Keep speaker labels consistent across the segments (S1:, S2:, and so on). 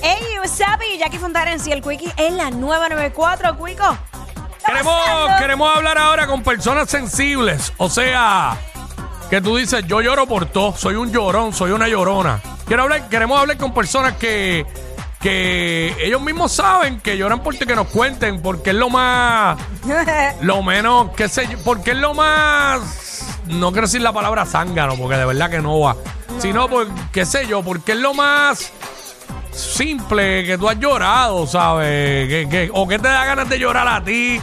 S1: Hey, Usapi y Jackie Fontarensi, el Quickie en la 994, Cuico.
S2: Queremos, queremos hablar ahora con personas sensibles. O sea, que tú dices, yo lloro por todo, soy un llorón, soy una llorona. Quiero hablar, queremos hablar con personas que, que ellos mismos saben que lloran por ti, que nos cuenten, porque es lo más, lo menos, qué sé yo, porque es lo más, no quiero decir la palabra zángano, porque de verdad que no va, sino por, qué sé yo, porque es lo más simple que tú has llorado, ¿sabes? Que- que- o que te da ganas de llorar a ti,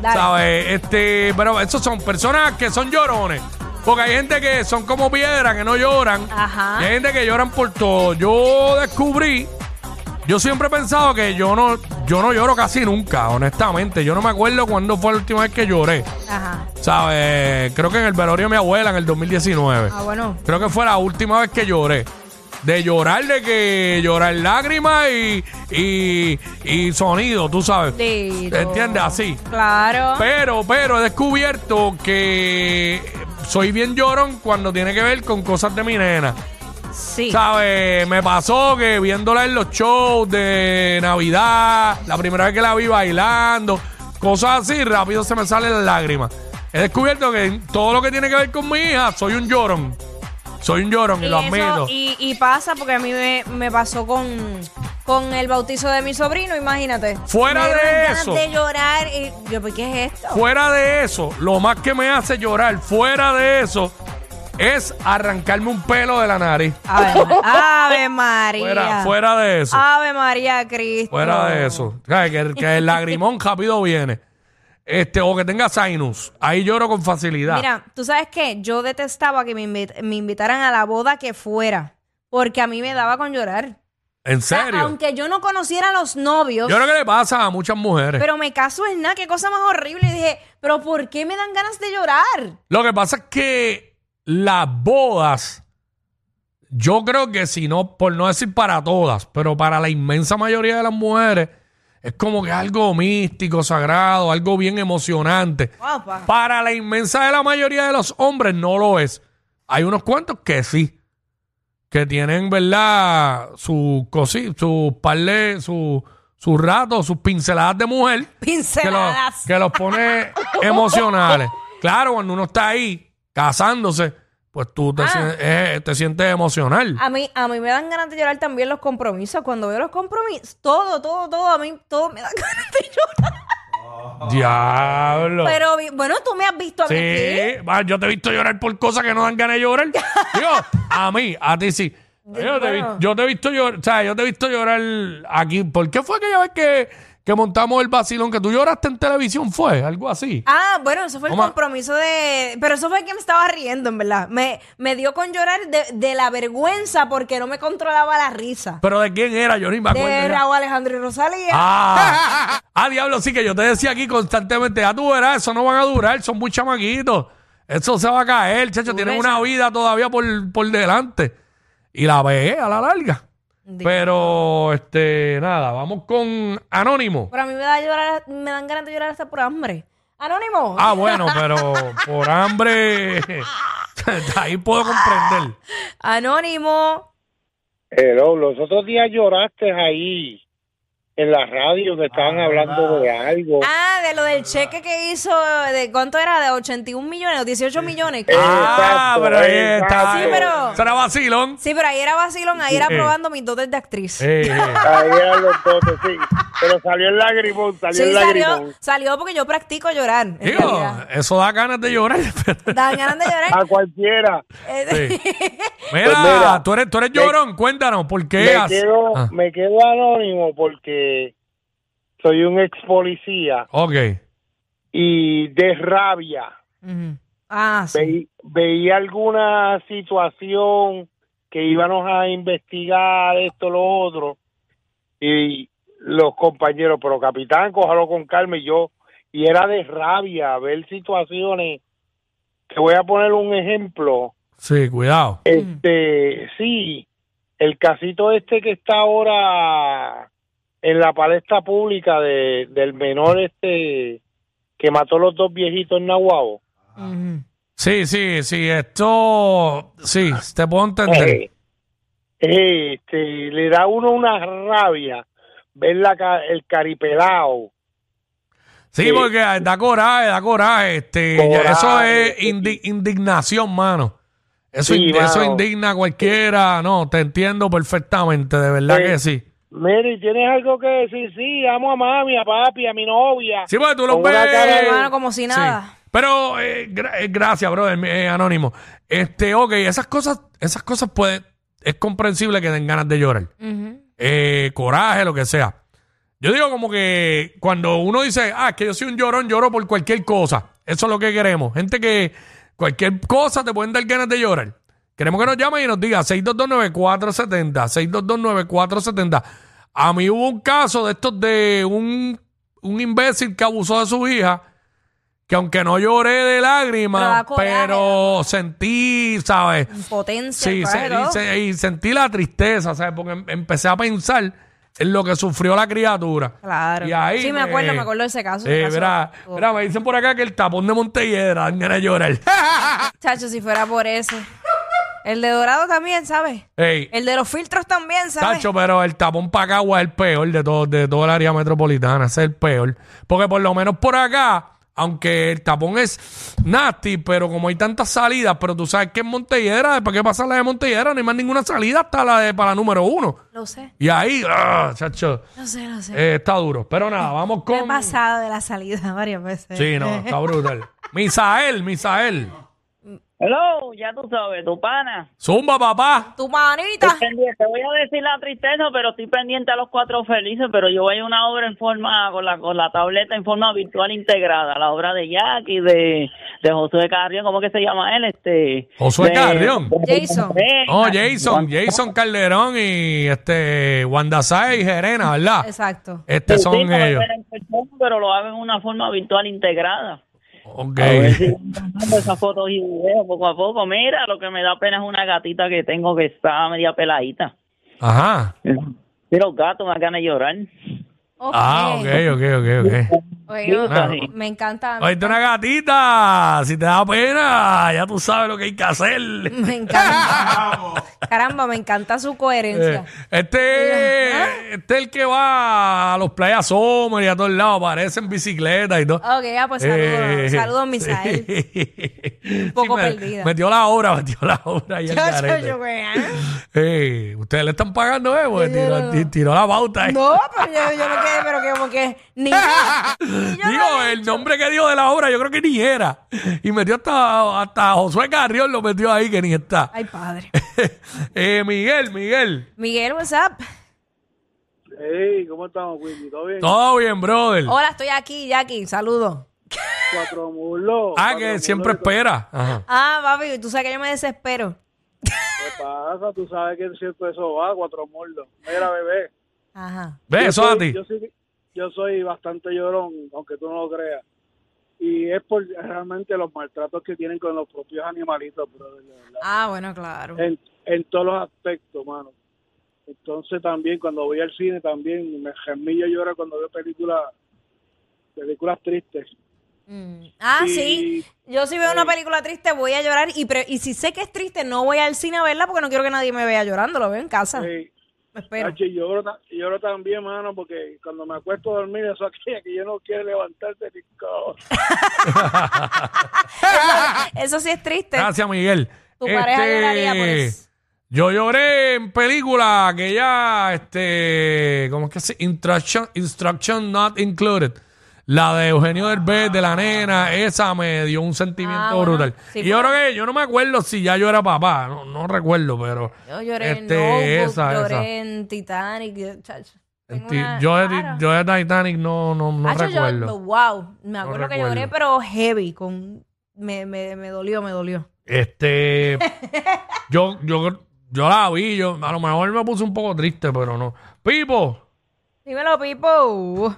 S1: Dale.
S2: ¿sabes? Este, pero esos son personas que son llorones. Porque hay gente que son como piedra, que no lloran.
S1: Ajá.
S2: Y hay gente que lloran por todo. Yo descubrí, yo siempre he pensado que yo no, yo no lloro casi nunca, honestamente. Yo no me acuerdo cuándo fue la última vez que lloré.
S1: Ajá.
S2: ¿Sabes? Creo que en el velorio de mi abuela en el 2019.
S1: Ah, bueno.
S2: Creo que fue la última vez que lloré. De llorar, de que llorar lágrimas y, y, y sonido, tú sabes.
S1: Tito.
S2: ¿Entiendes? Así.
S1: Claro.
S2: Pero, pero he descubierto que soy bien llorón cuando tiene que ver con cosas de mi nena.
S1: sí.
S2: ¿Sabes? Me pasó que viéndola en los shows de Navidad, la primera vez que la vi bailando, cosas así, rápido se me salen las lágrimas. He descubierto que en todo lo que tiene que ver con mi hija, soy un llorón. Soy un llorón y, lo
S1: eso-
S2: admito.
S1: y, y pasa porque a mí me, me pasó con, con el bautizo de mi sobrino, imagínate.
S2: Fuera
S1: Me
S2: de
S1: dieron ganas
S2: eso.
S1: de llorar. Y yo, ¿por qué es esto?
S2: Fuera de eso, lo más que me hace llorar, fuera de eso, es arrancarme un pelo de la nariz.
S1: Ave, Ma- Ave María.
S2: Fuera, fuera de eso.
S1: Ave María Cristo.
S2: Fuera de eso. Ay, Que, que el lagrimón rápido viene. Este, o que tenga sinus. Ahí lloro con facilidad.
S1: Mira, tú sabes que yo detestaba que me, invit- me invitaran a la boda que fuera, porque a mí me daba con llorar.
S2: en
S1: O sea,
S2: serio.
S1: aunque yo no conociera a los novios,
S2: Yo creo que le pasa a muchas mujeres.
S1: pero me caso en nada, qué cosa más horrible. Y dije, pero ¿por qué me dan ganas de llorar?
S2: Lo que pasa es que las bodas, yo creo que si no, por no decir para todas, pero para la inmensa mayoría de las mujeres, es como que algo místico, sagrado, algo bien emocionante.
S1: Guapa.
S2: Para la inmensa de la mayoría de los hombres no lo es. Hay unos cuantos que sí. Que tienen, ¿verdad? Su cosi, su parle, su, su rato, sus pinceladas de mujer. Que, lo-
S1: Pinceladas.
S2: que los pone emocionales. Claro, cuando uno está ahí casándose, pues tú te,
S1: Ah.
S2: sien- eh, te sientes emocional.
S1: A mí, a mí me dan ganas de llorar también los compromisos. Cuando veo los compromisos, todo, todo, todo, a mí todo me da ganas de llorar.
S2: Diablo.
S1: Pero vi- bueno, tú me has visto a mí. aquí.
S2: Sí, va, yo te he visto llorar por cosas que no dan ganas de llorar. Digo, a mí, a ti sí. Yo te, he vi-
S1: Bueno.
S2: yo te he visto llorar, o sea, yo te he visto llorar aquí. ¿Por qué fue aquella vez que, que montamos el vacilón que tú lloraste en televisión? ¿Fue algo así?
S1: Ah, bueno, eso fue el
S2: Toma.
S1: compromiso de. Pero eso fue que me estaba riendo, en verdad. Me, me dio con llorar de, de la vergüenza porque no me controlaba la risa.
S2: ¿Pero de quién era? Yo ni me acuerdo.
S1: De
S2: ya.
S1: Raúl Alejandro y Rosalía.
S2: Ah, ah, diablo, sí que yo te decía aquí constantemente, ah, tú verás, eso no van a durar, son muy chamaquitos. Eso se va a caer, chacho, tienen
S1: ves.
S2: una vida todavía por, por delante. Y la ve a la larga.
S1: Di-
S2: Pero, este, nada, vamos con Anónimo.
S1: Pero a mí me, da llorar, me dan ganas de llorar hasta por hambre. Anónimo.
S2: Ah, bueno, pero por hambre, ahí puedo comprender.
S1: Anónimo.
S3: Hello, los otros días lloraste ahí en la radio que estaban hablando de
S2: Oh.
S3: algo.
S1: Ah, de lo del cheque que hizo. ¿De cuánto era? ¿De 81 millones o 18 millones?
S3: Eh,
S2: Ah,
S3: Exacto,
S2: pero ahí
S3: exacto.
S2: está.
S1: Sí, pero-
S2: Será vacilón.
S1: Sí, pero ahí era vacilón, ahí era
S2: Eh.
S1: probando mis dotes de actriz.
S2: Eh, eh.
S3: Ahí eran los totes, sí. Pero salió el lagrimón, salió
S1: Sí,
S3: el
S1: salió,
S3: lagrimón.
S1: salió porque yo practico llorar. en
S2: Digo,
S1: realidad.
S2: eso da ganas de llorar.
S1: Dan ganas de llorar.
S2: Ah.
S3: A cualquiera.
S1: Eh,
S2: Mira,
S3: Pues mira,
S2: tú eres, tú eres llorón, cuéntanos, ¿por qué?
S3: Me
S2: has-
S3: quedo,
S2: Ah,
S3: me quedo anónimo porque soy un ex policía
S2: ok.
S3: y de rabia
S1: Ujú. Ah, sí.
S3: veí- veía alguna situación que íbamos a investigar esto, lo otro, y los compañeros, pero capitán, cójalo con calma, y yo, y era de rabia ver situaciones, te voy a poner un ejemplo,
S2: Sí, cuidado.
S3: este, sí, el casito este que está ahora en la palestra pública de, del menor este que mató los dos viejitos en Nahuabo.
S1: Ujú.
S2: Ah. Sí, sí, sí, esto. Sí, te puedo entender.
S3: Eh, este, le da a uno una rabia ver la, ca- el caripelao.
S2: Sí,
S3: Sí.
S2: porque da coraje, da coraje. Este,
S3: Coraje,
S2: ya eso es
S3: sí.
S2: indi- indignación, mano. Eso,
S3: Sí,
S2: in- eso
S3: mano.
S2: indigna a cualquiera. No, te entiendo perfectamente, de verdad
S3: Sí.
S2: que sí.
S3: Mary, ¿tienes algo que decir? Sí, amo a mami, a papi, a mi novia.
S2: Sí, porque tú los
S3: Con una
S2: ves.
S3: cara de
S1: mano como si
S2: Sí.
S1: nada.
S2: Pero, eh, gra- eh, gracias, brother, eh, anónimo. Este, ok, esas cosas, esas cosas pueden. Es comprensible que den ganas de llorar.
S1: Ujú.
S2: eh, coraje, lo que sea. Yo digo como que cuando uno dice, ah, es que yo soy un llorón, lloro por cualquier cosa. Eso es lo que queremos. Gente que cualquier cosa te pueden dar ganas de llorar. Queremos que nos llamen y nos diga 6229470, 6229470. A mí hubo un caso de estos de un, un imbécil que abusó de su hija, que aunque no lloré de
S1: Pero
S2: lágrimas,
S1: da coraje,
S2: pero sentí, ¿sabes?
S1: Potencia.
S2: Sí, se-
S1: coraje, todo.
S2: y, se- y sentí la tristeza, ¿sabes? Porque em- empecé a pensar en lo que sufrió la criatura.
S1: Claro.
S2: Y ahí
S1: sí, me acuerdo, me acuerdo de ese caso. ese
S2: Eh,
S1: caso.
S2: verá,
S1: Oh.
S2: verá, me dicen por acá que el tapón de Montelledra, dan ganas de llorar.
S1: Chacho, si fuera por ese. El de Dorado también, ¿sabes?
S2: Ey,
S1: El de los filtros también, ¿sabes?
S2: Tacho, pero el tapón para Cagua es el peor de todo, de toda el área metropolitana, ese es el peor. Porque por lo menos por acá, aunque el tapón es nasty, pero como hay tantas salidas, pero tú sabes que en Montelledra, después que pasa la de Montelledra, no hay más ninguna salida hasta la de para la número uno.
S1: Lo sé,
S2: Y ahí, ah, chacho.
S1: lo sé, lo sé.
S2: Eh, está duro. Pero nada, vamos
S1: Me
S2: con.
S1: he pasado de la salida varias veces.
S2: Sí, no, está brutal. Misael, Misael.
S4: Hello, ya tú sabes, tu pana.
S2: Zumba, papá.
S1: Tu
S4: Estoy
S1: manita.
S4: pendiente, Te voy a decir la tristeza, pero estoy pendiente a los cuatro felices, pero yo voy a una obra en forma, con la, con la tableta en forma virtual integrada, la obra de Jack y de, de Josué Carrión, ¿cómo que se llama él? Este,
S2: Josué
S4: de-
S2: Carrión.
S1: Jason.
S2: Oh, Jason, Jason Calderón y este Wandasai y Jerena, ¿verdad?
S1: Exacto.
S2: Este
S4: Sí,
S2: son
S4: sí, para
S2: ellos.
S4: ver en persona, Pero lo hago en una forma virtual integrada.
S2: Ok.
S4: A ver si van mandando esas fotos y videos poco a poco. Mira, lo que me da pena es una gatita que tengo que está media peladita.
S2: Ajá.
S4: Y los gatos me dan ganas de llorar.
S1: Ok.
S2: Ah, ok, ok, ok, ok.
S1: Bueno,
S2: Ah.
S1: me encanta.
S2: Oíste una gatita. Si te da pena, ya tú sabes lo que hay que hacer.
S1: Me encanta. Caramba, me encanta su
S2: Eh,
S1: coherencia. ¿ah?
S2: Este, este es el que va a los playas Sommer y a todos lados, aparece en bicicleta y todo.
S1: Ok, ah, pues saludos.
S2: Eh,
S1: saludos, Misael.
S2: sí.
S1: Un poco
S2: me-
S1: perdida.
S2: Metió la obra, metió la obra y el
S1: Chacho,
S2: garete.
S1: yo, ¿eh?
S2: Eh, Ustedes le están pagando, ¿eh? Porque
S1: Yo-
S2: tiró,
S1: yo-
S2: ti- tiró la bauta. eh.
S1: No, pero yo, yo me quedé, pero que como que ni yo, ni yo
S2: Digo,
S1: lo he
S2: el
S1: hecho.
S2: nombre que dio de la obra, yo creo que ni era. Y metió hasta, hasta Josué Carrión, lo metió ahí, que ni está.
S1: Ay, padre.
S2: Eh, Miguel, Miguel.
S1: Miguel, what's up?
S5: Hey, ¿cómo estamos, Quincy? ¿Todo bien?
S2: Todo bien, brother.
S1: Hola, estoy aquí, Jackie. Saludos.
S5: Cuatro mulos.
S2: ah,
S5: cuatro
S2: que
S5: mulos.
S2: siempre espera. Ajá.
S1: Ah, papi, tú sabes que yo me desespero.
S5: ¿Qué pasa? Tú sabes que siempre eso va, cuatro mulos. Mira, bebé.
S1: Ajá.
S2: Ve,
S5: yo
S2: eso
S5: soy-
S2: a ti.
S5: Yo soy, yo soy bastante llorón, aunque tú no lo creas. Y es por realmente los maltratos que tienen con los propios animalitos, brother, de verdad.
S1: Ah, bueno, claro.
S2: Eh,
S5: En, en todos los aspectos, mano. Entonces también cuando voy al cine también me gemillo lloro cuando veo películas películas tristes.
S1: Mm. Ah, sí. Yo si veo
S2: Eh.
S1: una película triste voy a llorar y, pre- y si sé que es triste no voy al cine a verla porque no quiero que nadie me vea llorando, lo veo en casa.
S5: Eh,
S1: Me espero.
S5: Tacho, y lloro, ta- y lloro también, mano, porque cuando me acuesto a dormir, eso aquí, que yo no quiero levantarte ni cómo.
S1: Eso sí es triste.
S2: Gracias, Miguel.
S1: Tu
S2: este,
S1: pareja lloraría por eso.
S2: Yo lloré en película que ya, este, ¿cómo es que se Instruction, Instruction Not Included. La de Eugenio Derbez, de la nena, esa me dio un sentimiento
S1: Ah, bueno.
S2: brutal.
S1: Sí,
S2: y yo
S1: porque-
S2: creo que yo no me acuerdo si ya yo era papá, no, no recuerdo, pero.
S1: Yo lloré en
S2: este,
S1: Notebook,
S2: esa,
S1: lloré
S2: esa.
S1: en Titanic. Yo, chacho, tengo
S2: Ti-
S1: una-
S2: yo, de,
S1: claro.
S2: yo de Titanic no, no, no
S1: Hacho, Ah, yo-
S2: recuerdo.
S1: wow, me acuerdo que
S2: recuerdo.
S1: lloré, pero heavy, con me, me, me dolió, me dolió.
S2: Este. yo, yo, yo la vi, yo, a lo mejor me puse un poco triste, pero no. Pipo.
S1: Dímelo, Pipo.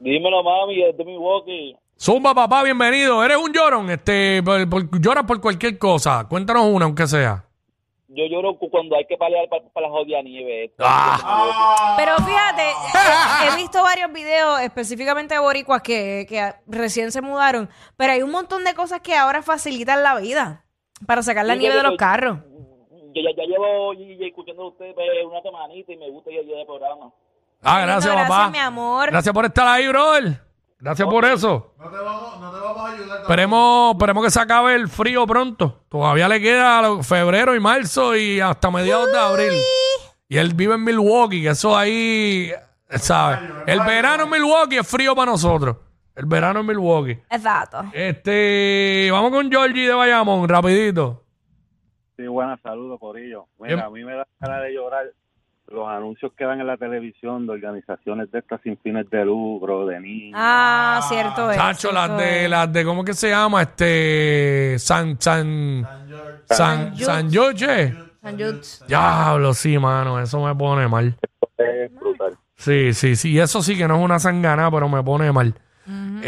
S6: Dímelo, mami, es de Milwaukee.
S2: Zumba, papá, bienvenido. Eres un llorón, este, por- por- lloras por cualquier cosa. Cuéntanos una, aunque sea.
S6: Yo lloro cu- cuando hay que pelear para la jodida nieve. esta.
S2: Ah,
S1: Pero fíjate, he, he visto varios videos específicamente de boricuas que, que recién se mudaron, pero hay un montón de cosas que ahora facilitan la vida para sacar la
S6: Sí,
S1: nieve de
S6: pero
S1: los carros.
S6: Yo, que ya, ya llevo y, y escuchando a ustedes pues, una semanita y me gusta ya el programa.
S2: Ah,
S1: Qué lindo,
S2: gracias,
S1: gracias,
S2: papá.
S1: mi amor.
S2: Gracias por estar ahí, brother. Gracias por eso.
S7: No te vamos, no te vamos a ayudar.
S2: Esperemos, esperemos que se acabe el frío pronto. Todavía le queda lo- febrero y marzo y hasta mediados de abril. Y él vive en Milwaukee, que eso ahí, ¿sabes? El verano en Milwaukee es frío para nosotros. El verano en Milwaukee.
S1: Exacto.
S2: Este, vamos con Georgie de Bayamón, rapidito.
S8: Sí, buenas, saludos, Corillo. Mira,
S2: Bien.
S8: a mí me da cara de llorar los anuncios que dan en la televisión de organizaciones de estas sin fines de lucro, de niños.
S1: Ah, cierto es.
S2: Chacho,
S1: cierto
S2: las de,
S1: es.
S2: las de, ¿cómo que se llama? Este, San, San, San,
S1: George.
S2: San George.
S1: San Jutz.
S2: Diablo, sí, mano, eso me pone mal.
S8: Es brutal.
S2: Sí, sí, sí, eso sí que no es una sangana, pero me pone mal.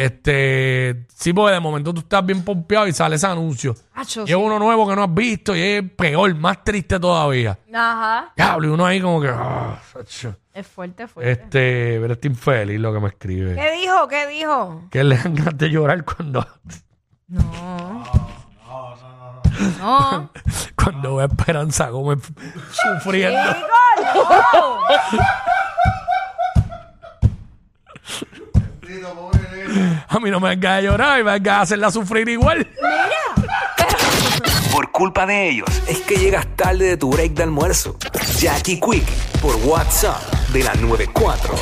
S2: Este, sí, porque de momento tú estás bien pompeado y sale ese anuncio.
S1: Chacho,
S2: Y es uno nuevo que no has visto y es peor, más triste todavía.
S1: sí. Ajá.
S2: Diablo, y uno ahí como que, ah, chacho.
S1: Es fuerte, fuerte.
S2: este, pero este infeliz lo que me escribe.
S1: ¿Qué dijo? ¿Qué dijo?
S2: Que le dan ganas de llorar cuando,
S1: No.
S2: cuando ve a Esperanza Gómez sufriendo.
S1: Chico, no.
S2: A mí no me dan ganas de llorar, me dan ganas de hacerla sufrir igual.
S9: Por culpa de ellos es que llegas tarde de tu break de almuerzo. Jackie Quick por WhatsApp de la 94.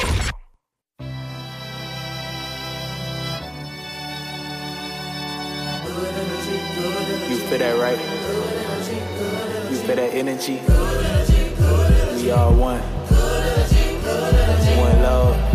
S10: You feel that right? You feel that energy? We all one. One love.